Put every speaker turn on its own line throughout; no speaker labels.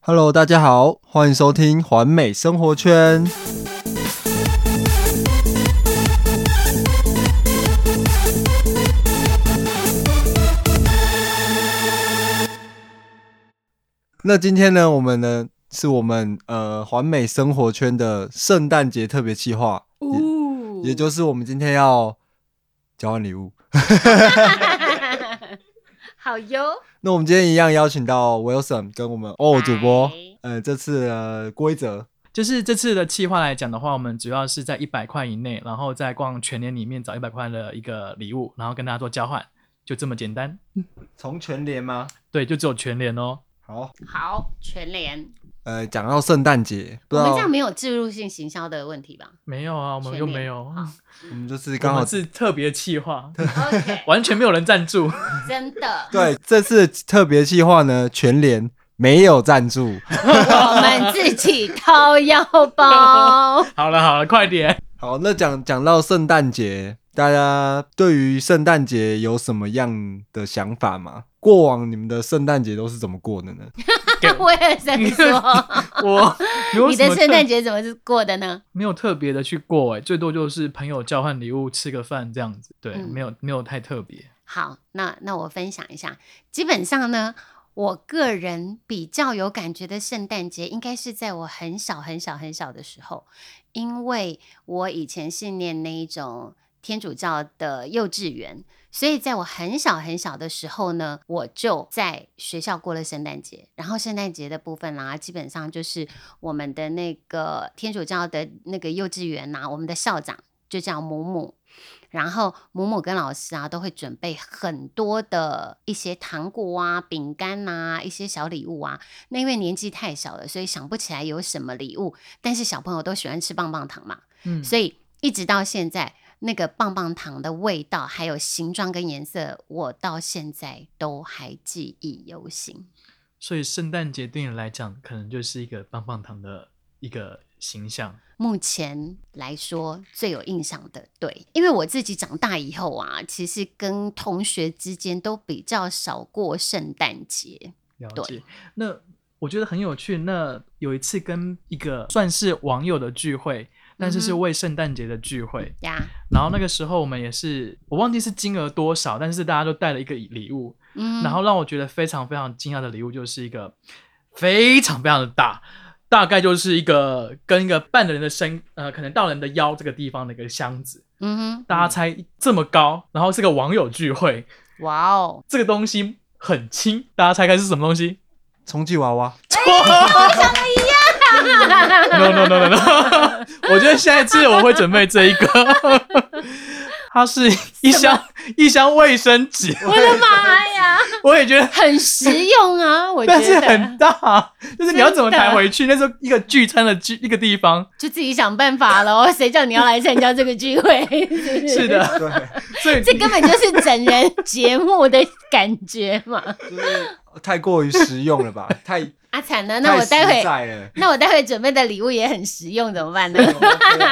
Hello，大家好，欢迎收听环美生活圈。那今天呢，我们呢是我们呃环美生活圈的圣诞节特别企划，
哦，
也就是我们今天要交换礼物。
好哟，
那我们今天一样邀请到 Wilson 跟我们哦主播
嗨，
呃，这次的规则
就是这次的计划来讲的话，我们主要是在一百块以内，然后在逛全年里面找一百块的一个礼物，然后跟大家做交换，就这么简单。
从全联吗？
对，就只有全联哦。
好，
好全联，
呃，讲到圣诞节，不
我
知
们
道
这样没有植入性行销的问题吧
没有啊，我们
全
又
联
没有，
我们就是
我
刚好
们是特别企划，
？OK，
完全没有人赞助。
真 的，
对这次的特别计划呢，全联没有赞助。啊
我们自己掏腰 包。
好了好了，快 点。
好，那讲讲到圣诞节，大家对于圣诞节有什么样的想法吗？过往你们的圣诞节都是怎么过的呢？
给
我也想说，
我没有
你
什
的
么
圣
特
诞节怎么是过的呢？
没有特别的去过、哎，最多就是朋友交换礼物，吃个饭这样子。对，
嗯
没有没有太特别。
好，那那我分享一下，基本上呢。我个人比较有感觉的圣诞节，应该是在我很小很小很小的时候，因为我以前是念那一种天主教的幼稚园，所以在我很小很小的时候呢，我就在学校过了圣诞节。然后圣诞节的部分啦、基本上就是我们的那个天主教的那个幼稚园呐、我们的校长就叫母母，然后母母跟老师啊都会准备很多的一些糖果啊、饼干呐、一些小礼物啊。那因为年纪太小了，所以想不起来有什么礼物，但是小朋友都喜欢吃棒棒糖嘛，
嗯，
所以一直到现在，那个棒棒糖的味道还有形状跟颜色，我到现在都还记忆犹新。
所以圣诞节对你来讲，可能就是一个棒棒糖的一个形象。
目前来说最有印象的，对，因为我自己长大以后啊，其实跟同学之间都比较少过圣诞节。
了
对
解。那我觉得很有趣。那有一次跟一个算是网友的聚会，但是是
嗯哼
为圣诞节的聚会。
呀，
然后那个时候我们也是，我忘记是金额多少，但是大家都带了一个礼物。
嗯，
然后让我觉得非常非常惊讶的礼物就是一个非常非常的大，大概就是一个跟一个半人的身，呃，可能到人的腰这个地方的一个箱子。
嗯
大家猜这么高，然后是个网友聚会，
哼，哇哦，
这个东西很轻，大家猜猜是什么东西？
充气娃 娃，
no no no no no，我觉 得下一次我会准备这一个， 它是一箱一箱卫生纸，
我的妈呀，
我也觉得，
很实用啊，我觉得，
但是 很大，就是你要怎么
真的
抬回去？那时候一个聚餐的聚一个地方，
就自己想办法喽，谁叫你要来参加这个聚会？
是，的，
对，
所以
这根本就是整人节目的感觉嘛。
就是太过于实用了吧？太
啊惨了， 那我
太实
待会
在了，
那我待会准备的礼物也很实用，怎么办呢？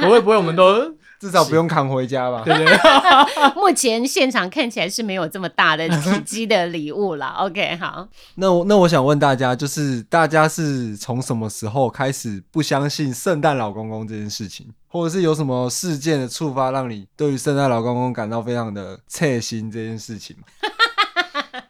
不会不会，我 们都
至少不用扛回家吧？
对对对，
目前现场看起来是没有这么大的体积的礼物啦。OK，好，
那我那我想问大家，就是大家是从什么时候开始不相信圣诞老公公这件事情，或者是有什么事件的触发，让你对于圣诞老公公感到非常的切心这件事情吗？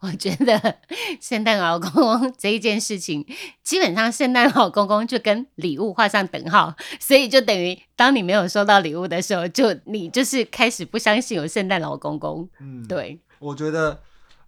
我觉得 圣诞老公公这一件事情，基本上圣诞老公公就跟礼物画上等号，所以就等于当你没有收到礼物的时候，就你就是开始不相信有圣诞老公公。
嗯，，
对，
我觉得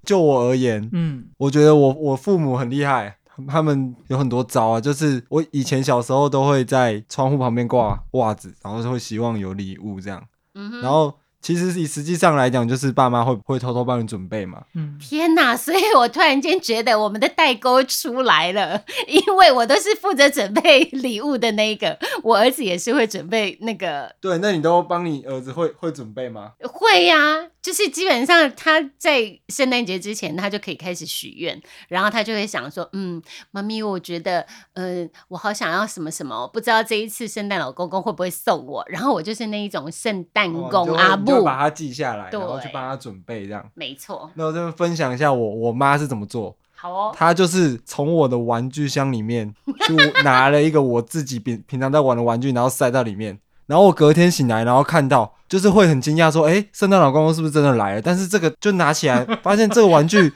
就我而言，
嗯，
我觉得我我父母很厉害。他们有很多招啊，就是我以前小时候都会在窗户旁边挂袜子，然后就会希望有礼物这样。
嗯哼
然后其实以实际上来讲，就是爸妈会会偷偷帮你准备嘛。
嗯，
天呐！所以我突然间觉得我们的代沟出来了，因为我都是负责准备礼物的那一个，我儿子也是会准备那个
对，那你都帮你儿子会会准备吗？
会呀、就是基本上他在圣诞节之前，他就可以开始许愿，然后他就会想说，嗯，妈咪，我觉得，呃，我好想要什么什么，不知道这一次圣诞老公公会不会送我。然后我就是那一种圣诞
哦
公
你就会
阿
你就会
布，
把它记下来，然后
对
去帮他准备这样。
没错，
那我这边分享一下我我妈是怎么做。
好 哦，
他就是从我的玩具箱里面去 拿了一个我自己平平常在玩的玩具，然后塞到里面。然后我隔天醒来，然后看到，就是会很惊讶说：“哎，圣诞老公公是不是真的来了？”但是这个就拿起来，发现这个玩 具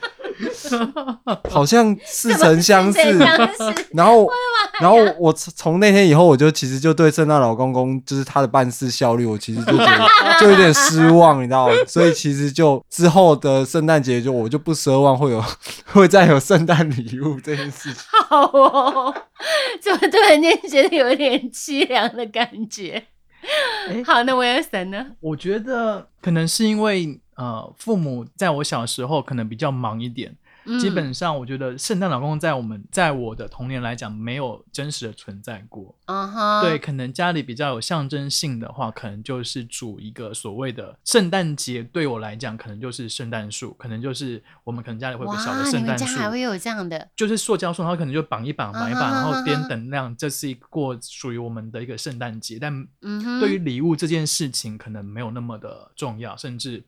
好像似曾相识。
这样是
然后，然后我从从那天以后，我就其实就对圣诞老公公就是他的办事效率，我其实就觉得就有点失望，你知道吗？所以其实就之后的圣诞节，就我就不奢望会有 会再有圣诞礼物这件事情。
好哦， 怎么突然间觉得有点凄凉的感觉？
诶
好，那威尔森呢？
我觉得可能是因为呃，父母在我小时候可能比较忙一点，
嗯
基本上我觉得圣诞老公公在我们在我的童年来讲没有真实的存在过。
嗯哼，
对，，可能家里比较有象征性的话，可能就是煮一个所谓的圣诞节。对我来讲，可能就是圣诞树，可能就是我们可能家里会有个小的
哇，你
圣
们
诞
家
树，
还会有这样的？
就是塑胶树，它可能就绑一绑，绑一绑，
啊哈
然后
哈
点
哈
等量，这是一个过属于我们的一个圣诞节。但
嗯哼，
对于礼物这件事情，可能没有那么的重要，甚至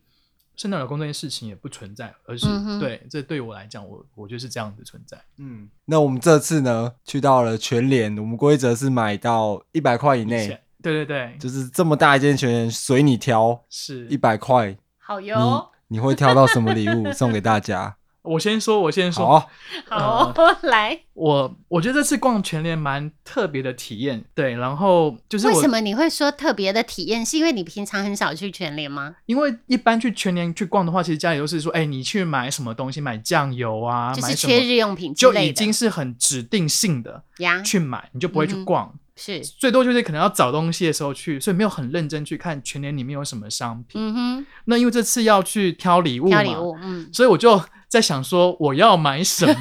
圣诞老公这件事情也不存在，而是、
嗯哼
对这对我来讲，我我觉得是这样的存在。
嗯，那我们这次呢，去到了全联，我们规则是买到一百块以内，
对对对，
就是这么大一间全联，随你挑，
是
一百块，
好
你
哟，
你会挑到什么礼物送给大家？
我先说，我先 说，
好，啊
好
呃
哦， 来，
我我觉得这次逛全联蛮特别的体验，对，然后就是
为
我
什么你会说特别的体验？是因为你平常很少去全联吗？
因为一般去全联去逛的话，其实家里都是说，哎，你去买什么东西，买酱油啊，
就
买
是
什
缺
么，
日用品之
就
类
已
的
经是很指定性的
呀，
去买，你就不会
嗯
去
哼
逛，
是，
最多就是可能要找东西的时候去，所以没有很认真去看全年里面有什么商品。
嗯
那因为这次要去挑礼物
哼，
嘛，
挑礼物，嗯，
所以我就在想说我要买 什么，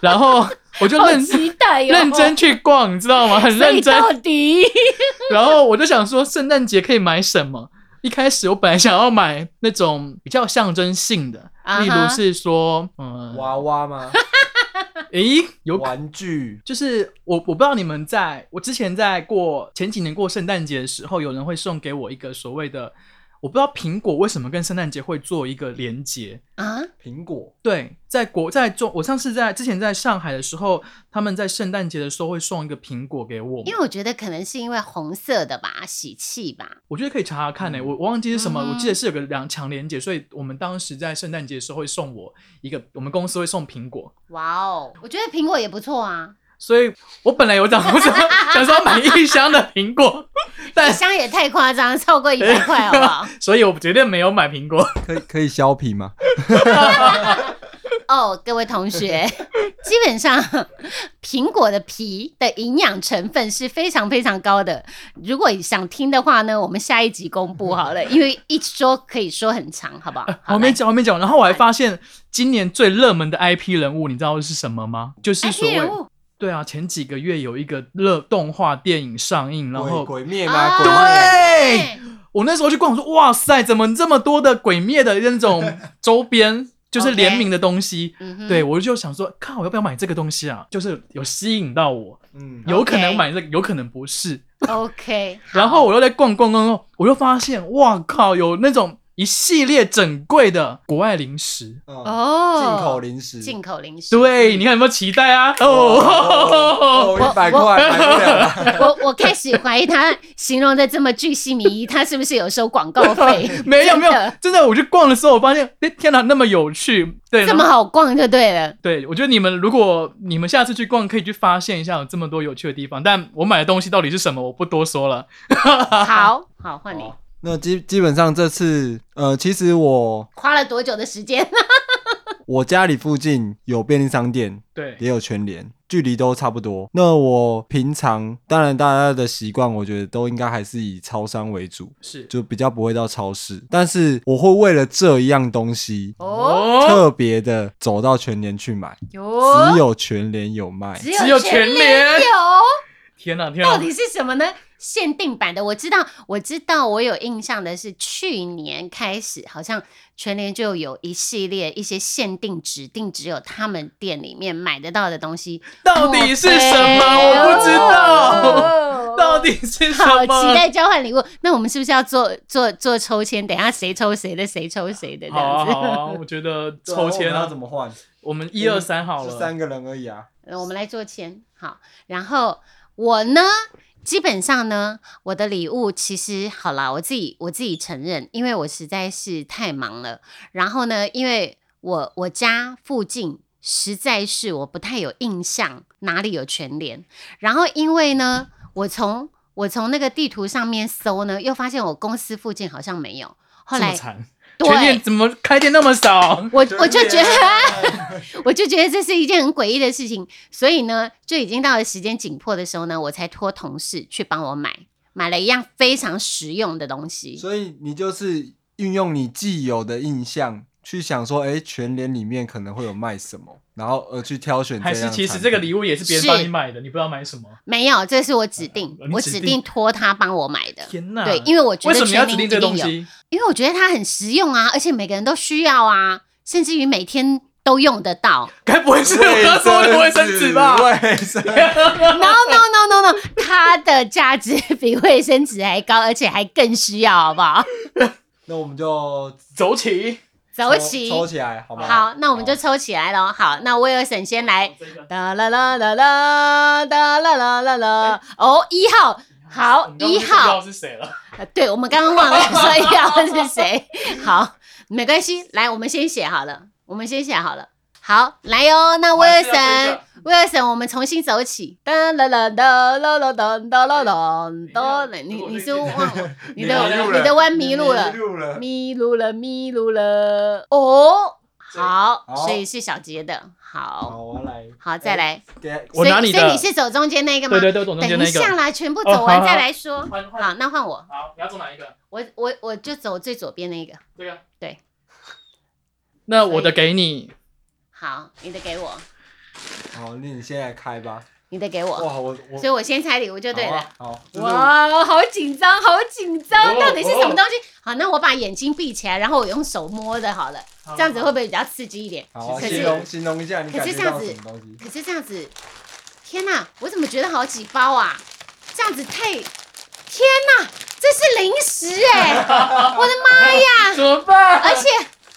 然后我就
好
认
期待哦，
认真去逛，你知道吗？很
所以
认真。
到底
然后我就想说，圣诞节可以买什么？一开始我本来想要买那种比较象征性的
啊哈
例如是说，嗯，
娃娃吗？
诶，有可
玩具，
就是我我不知道你们在我之前在过前几年过圣诞节的时候，有人会送给我一个所谓的，我不知道苹果为什么跟圣诞节会做一个连接。
啊，
苹果。
对，在国在中，我上次在之前在上海的时候，他们在圣诞节的时候会送一个苹果给我们
因为我觉得可能是因为红色的吧，喜气吧，
我觉得可以查查看呢、欸
嗯
我我忘记是什么，
嗯
我记得是有个两强连接，所以我们当时在圣诞节的时候会送我一个，我们公司会送苹果，
哇哦，我觉得苹果也不错啊，
所以我本来有想我想想说买一箱的苹果，但
一 箱也太夸张，超过一百块好不好？
所以我绝对没有买苹果。
可以可以削皮吗？
哦，各位同学， 基本上苹果的皮的营养成分是非常非常高的。如果想听的话呢，我们下一集公布好 了，因为一说可以说很长，好不好？
我
好
没
来
讲，我没讲。然后我还发现今年最热门的 IP 人物，你知道是什么吗？就是所
IP
谓
人物
对啊，前几个月有一个热动画电影上映， 然后
鬼灭
啊
鬼灭
对，
哎
我那时候去逛，我说哇塞，怎么这么多的鬼灭的那种周边，就是
OK
联名的东西。
嗯哼
对，我就想说，看我要不要买这个东西啊？就是有吸引到我，
嗯，
有可能
OK
买这个，有可能不是。
，OK，
然后我又在逛逛逛逛，我就发现，哇靠，有那种一系列整柜的国外零食。
嗯
哦，
进口零食，哦
进口零食，
对，你看有没有期待啊？
哦，
哦，？
一百块买不了啦。
我我开始怀疑他形容的这么巨细靡遗，他是不是有收广告费
没有没有
真的，
真的，我去逛的时候，我发现，哎，天哪，那么有趣，对，
这
然
么
后
好逛就对了。
对，我觉得你们如果你们下次去逛，可以去发现一下有这么多有趣的地方。但我买的东西到底是什么，我不多说了。
好好换
哦
你，
那基基本上这次，呃，其实我
花了多久的时间？
我家里附近有便利商店，
对，
也有全联，距离都差不多。那我平常，当然大家的习惯，我觉得都应该还是以超商为主，
是
就比较不会到超市。但是我会为了这一样东西，
哦
哦，
特别的走到全联去买，
哟，
只有全联有卖。
只
哎只有全哦
全
联
有，
天哪，天
到
哪，
底是什么呢？限定版的，我知道，我知道，我有印象的是去年开始，好像全联就有一系列一些限定指定只有他们店里面买得到的东西，
到底是什么？
莫非
我不知道，
哦
到底是什
好
么？
期待交换礼物。那我们是不是要做做做抽签？等一下谁抽谁的，谁抽谁的这
好啊，
样子？
好啊，我觉得抽签啊，
么换？
我们一二三好
是
了，
三个人而已啊。
呃，我们来做签好。然后我呢，基本上呢，我的礼物其实好啦，我自己我自己承认，因为我实在是太忙了。然后呢，因为我我家附近实在是我不太有印象哪里有全联，然后因为呢，我从我从那个地图上面搜呢，又发现我公司附近好像没有。后
这么
来，
惨，
对
全店怎么开店那么少？
我我就觉得，
得，
我就觉得这是一件很诡异的事情，所以呢，就已经到了时间紧迫的时候呢，我才托同事去帮我买，买了一样非常实用的东 西。
所以你就是运用你既有的印象去想说，哎、全联里面可能会有卖什么，然后而去挑选。
还是其实这个礼
物，
物也 是别人帮
是
你买的，你不知道买什么？
没有，这是我指定，
呃你
我
指
指
定
定托他帮我买的。
天哪！
对，因为我觉
为
得
什么你要
全
指
民一
定这个东
定有，
西？
因为我觉得它很实用啊，而且每个人都需要啊，甚至于每天都用得到。
该不会是我说的卫生纸吧？
卫生纸，
no no no no no，它的价值比卫生纸还高，而且还更需要，好不 好？
那我们就
走起！
走
抽
起，
抽起来好吗？
好，那我们就抽起来喽。好，那威尔神先来。
这个
哒啦啦啦啦，哒啦啦啦啦。哦，一号，好，一号。
是谁了？
呃对，我们刚刚忘了说一号是谁。好，没关系，来，我们先写好了，我们先写好了。好，来哟，那威尔
我还是要
神，威尔神，我们重新走起。哒啦啦啦啦啦哒啦啦啦哒啦。哎你你是忘了你的
迷路
了
你的 弯迷路了
迷，路了，
迷路了，迷路了。哦，好，哎
好
所以是小杰的。好，
好，我来
好，再来。
给
我拿你的
所以所以你是走中间那个吗？
对对对，懂中间
等一
那
下
个。
啦，全部走完
哦好好
再来说。
换换
好，那换我，
好，你要做哪一个？
我我我就走最左边那个。
这个
对。
那我的给你，
好，你的给我，
好，那你先来开吧。
你的给我，
哇，我我
所以我先猜礼物就对了。
好啊，好，这是我
哇，好紧张，好紧张！
哦
到底是什么东西？好，那我把眼睛闭起来，然后我用手摸的，好了，这样子会不会比较刺激一点？
好啊，
可是
形容形容一下你
可
感
是
觉
这样
到
子
什么东西？
可是这样子，天哪、我怎么觉得好几包啊？这样子太……天哪、这是零食哎、 我的妈呀！
怎么办？
而且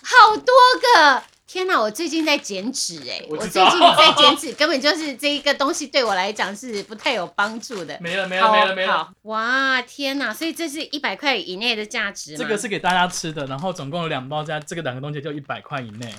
好多个。天哪、我最近在减脂哎、
我
我
知
最
道
近在减脂，根本就是这一个东西对我来讲是不太有帮助的。
没了没
好
了没了没了。
好哇，天哪、所以这是一百块以内的价值吗？
这个是给大家吃的，然后总共有两包加这个两个东西就一百块以内。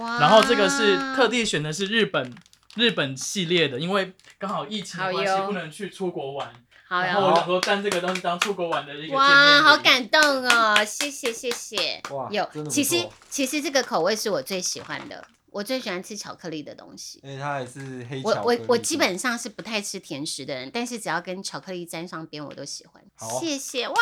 哇，
然后这个是特地选的是日本日本系列的，因为刚好疫情的关
好
系
哟
不能去出国玩，
好
然
呀
后，我想说占这个东西当出国玩的一个见面
哇，
礼
好感动哦！谢谢谢谢。
哇，
有
真的，不
其实
错
其实这个口味是我最喜欢的，我最喜欢吃巧克力的东西。
因为它也是黑
我
巧
我
克力
我基本上是不太吃甜食的人，但是只要跟巧克力沾上边，我都喜欢。
啊
好
谢谢哇！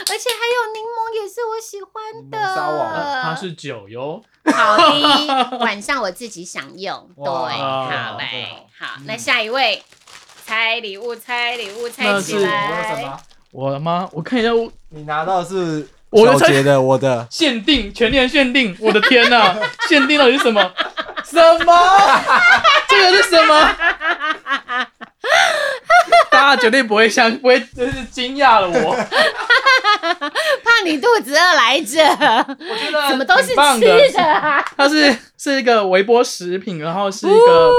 而且还有柠檬也是我喜欢的
柠檬沙瓦
呃
啊它是酒哟，
好 的，晚上我自己享用。对，
哇真
好嘞
好，
好，
嗯
那下一位，猜礼物，猜礼物，猜
那
起
是我有什
来。
么？啊
我的妈！我看一下我
你拿到的是
我的
小
菜
杰的，我 的
限定全年限定，我的天呐、 限定到底是什么？什 么？这个是什么？ 大家绝对不会相，不会真是惊讶了我。
怕你肚子饿来 着，
我觉得
怎么都是
挺棒
吃的啊？
它是是一个微波食品，然后是一
哦
个、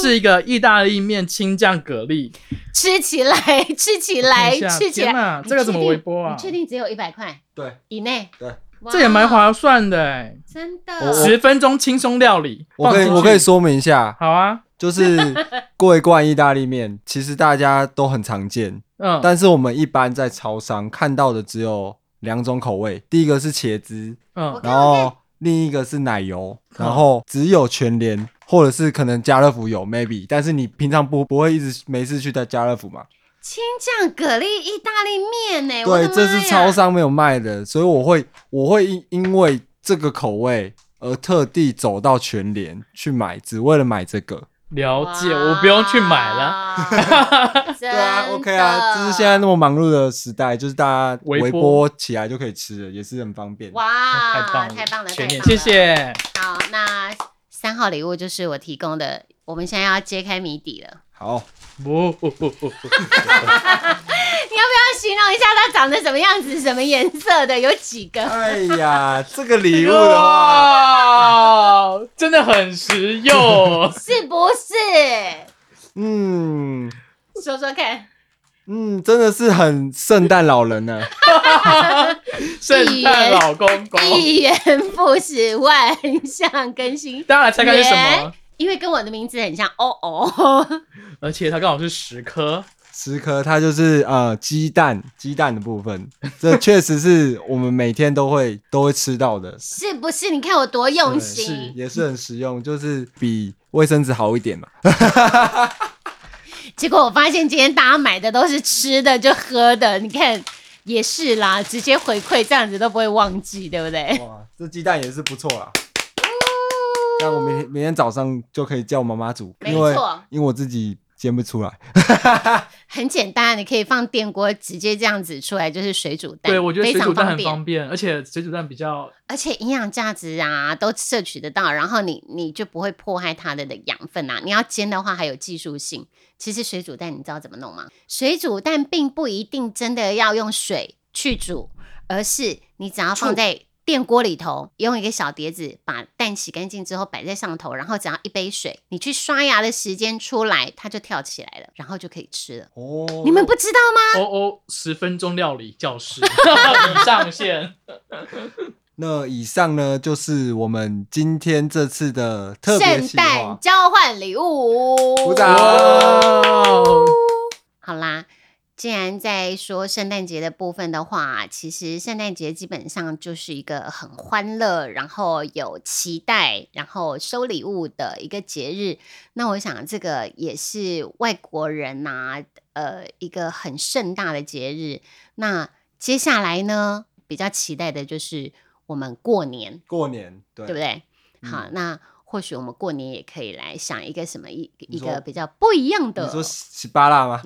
是一个意大利面青酱蛤蜊。
吃起来，吃起来，
看一下
吃起
天
来。
哪，这个怎么微波啊
你？确定只有一百块
对，
以内？
对
哇，
这也蛮划算的哎、
真
我
的。
十分钟轻松料理。
我可以
放进去
我可以说明一下，
好啊，
就是 过一罐意大利面，其实大家都很常见，
嗯，
但是我们一般在超商看到的只有两种口味，第一个是茄子，
嗯，
然后另一个是奶油，然后只有全联或者是可能家乐福有 maybe，但是你平常不不会一直没事去在家乐福嘛？
青酱蛤蜊意大利面呢、哎我的
对，
妈
这是
呀
超商没有卖的，所以我会我会因因为这个口味而特地走到全联去买，只为了买这个。
了解，我不用去买了。
了。对
对啊，OK 啊，就是现在那么忙碌的时代，就是大家
微波
微波起来就可以吃了，也是很方便。
哇，
太棒了，
太棒了，
全
太棒了
年谢。谢。
好，那三号礼物就是我提供的，我们现在要揭开谜底了。
好，
不，
你要不要形容一下它长得什么样子、什么颜色的？有几 个？。
哎呀，这个礼物的话，
哇，真的很实用
是不是？
嗯
说说看，
嗯，真的是很圣诞老人呢、
圣诞老公公，
一元复始，万象更新。
大家来猜看是什么
元？因为跟我的名字很像，哦 哦，
而且它刚好是十颗，
十颗，它就是呃鸡蛋鸡蛋的部分，这确实是我们每天都会都会吃到的，
是不是？你看我多用
是
心。
也是很实用，就是比卫生纸好一点嘛。
结果我发现今天大家买的都是吃的，就喝的。你看也是啦，直接回馈这样子都不会忘记，对不
哦
对？
哇，这鸡蛋也是不错啦。
嗯
这样我明天明天早上就可以叫我妈妈煮，
没
因为
错
因为我自己煎不出来。
很简单，你可以放电锅，直接这样子出来就是水煮蛋，
对我觉得
非
水
常
煮蛋很
便，啊
方便，而且水煮蛋比较
而且营养价值啊都摄取得到，然后你你就不会破坏它的的养分啊。你要煎的话还有技术性，其实水煮蛋你知道怎么弄吗？水煮蛋并不一定真的要用水去煮，而是你只要放在电锅里头，用一个小碟子把蛋洗干净之后摆在上头，然后只要一杯水，你去刷牙的时间出来，它就跳起来了，然后就可以吃了。
哦，
你们不知道吗？
欧欧十分钟料理 教室已上线。
那以上呢就是我们今天这次的特别
圣
计
诞
划。
交换礼物，
鼓掌
好啦，既然在说圣诞节的部分的话，其实圣诞节基本上就是一个很欢乐，然后有期待，然后收礼物的一个节日。那我想这个也是外国人呐、呃，一个很盛大的节日。那接下来呢，比较期待的就是我们过年。
过年对
对不？对？好，
嗯
那或许我们过年也可以来想一个什么一一
你说
个比较不一样的
你，说十八辣 吗？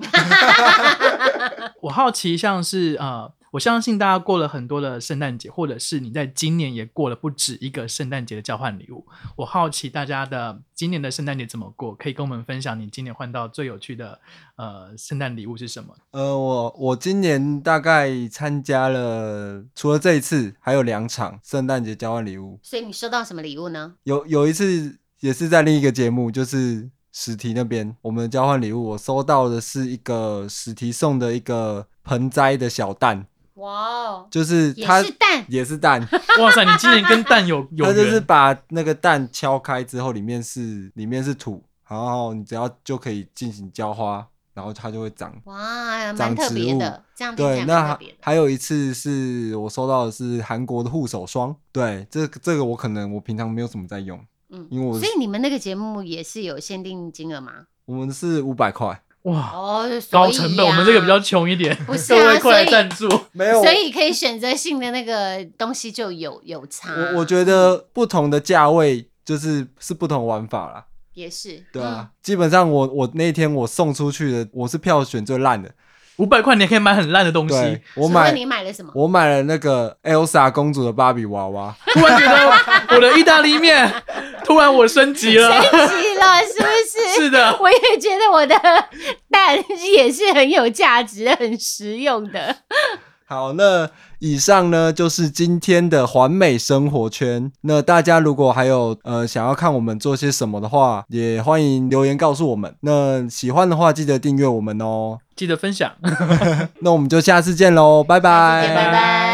我好奇，像是呃，我相信大家过了很多的圣诞节，或者是你在今年也过了不止一个圣诞节的交换礼物。我好奇大家的今年的圣诞节怎么过，可以跟我们分享你今年换到最有趣的呃圣诞礼物是什么？
呃，我我今年大概参加了，除了这一次，还有两场圣诞节交换礼物。
所以你收到什么礼物呢？
有有一次也是在另一个节目，就是史提那边，我们交换礼物，我收到的是一个史提送的一个盆栽的小蛋，
哇哦，
就是
也
它
是蛋，
也是 蛋，
哇塞，你今年跟蛋 有有
它
缘，
就是把那个蛋敲开之后，里面是里面是土，然后你只要就可以进行浇花，然后它就会长。
哇，蛮
长
特
植
别
物
的，这样听起
对，
来
那
蛮特
还
别的。
还有一次是我收到的是韩国的护手霜，对，这个这个我可能我平常没有什么在用，
嗯，
因为我
所以你们那个节目也是有限定金额吗？
我们是五百块，
哇，
哦，所
高
以
成本，
呀
我们这个比较穷一点，
不是啊
各位快来
所以
赞助。
没有
所以可以选择性的那个东西就有有差。
我我觉得不同的价位就是是不同玩法啦，
也是，
对啊，基本上我我那天我送出去的我是票选最烂的，
五百块你也可以买很烂的东西
对，我
请问
买
嗯你买了什么？
我买了那个 Elsa 公主的芭比娃娃，
突然觉得我的意大利面，突然我升 级了，
急 了是不是？
是的，
我也觉得我的蛋也是很有价值、很实用的。
好，那以上呢就是今天的环美生活圈。那大家如果还有呃想要看我们做些什么的话，也欢迎留言告诉我们。那喜欢的话记得订阅我们哦。
记得分享。
那我们就下次见喽，拜拜，
下次见拜拜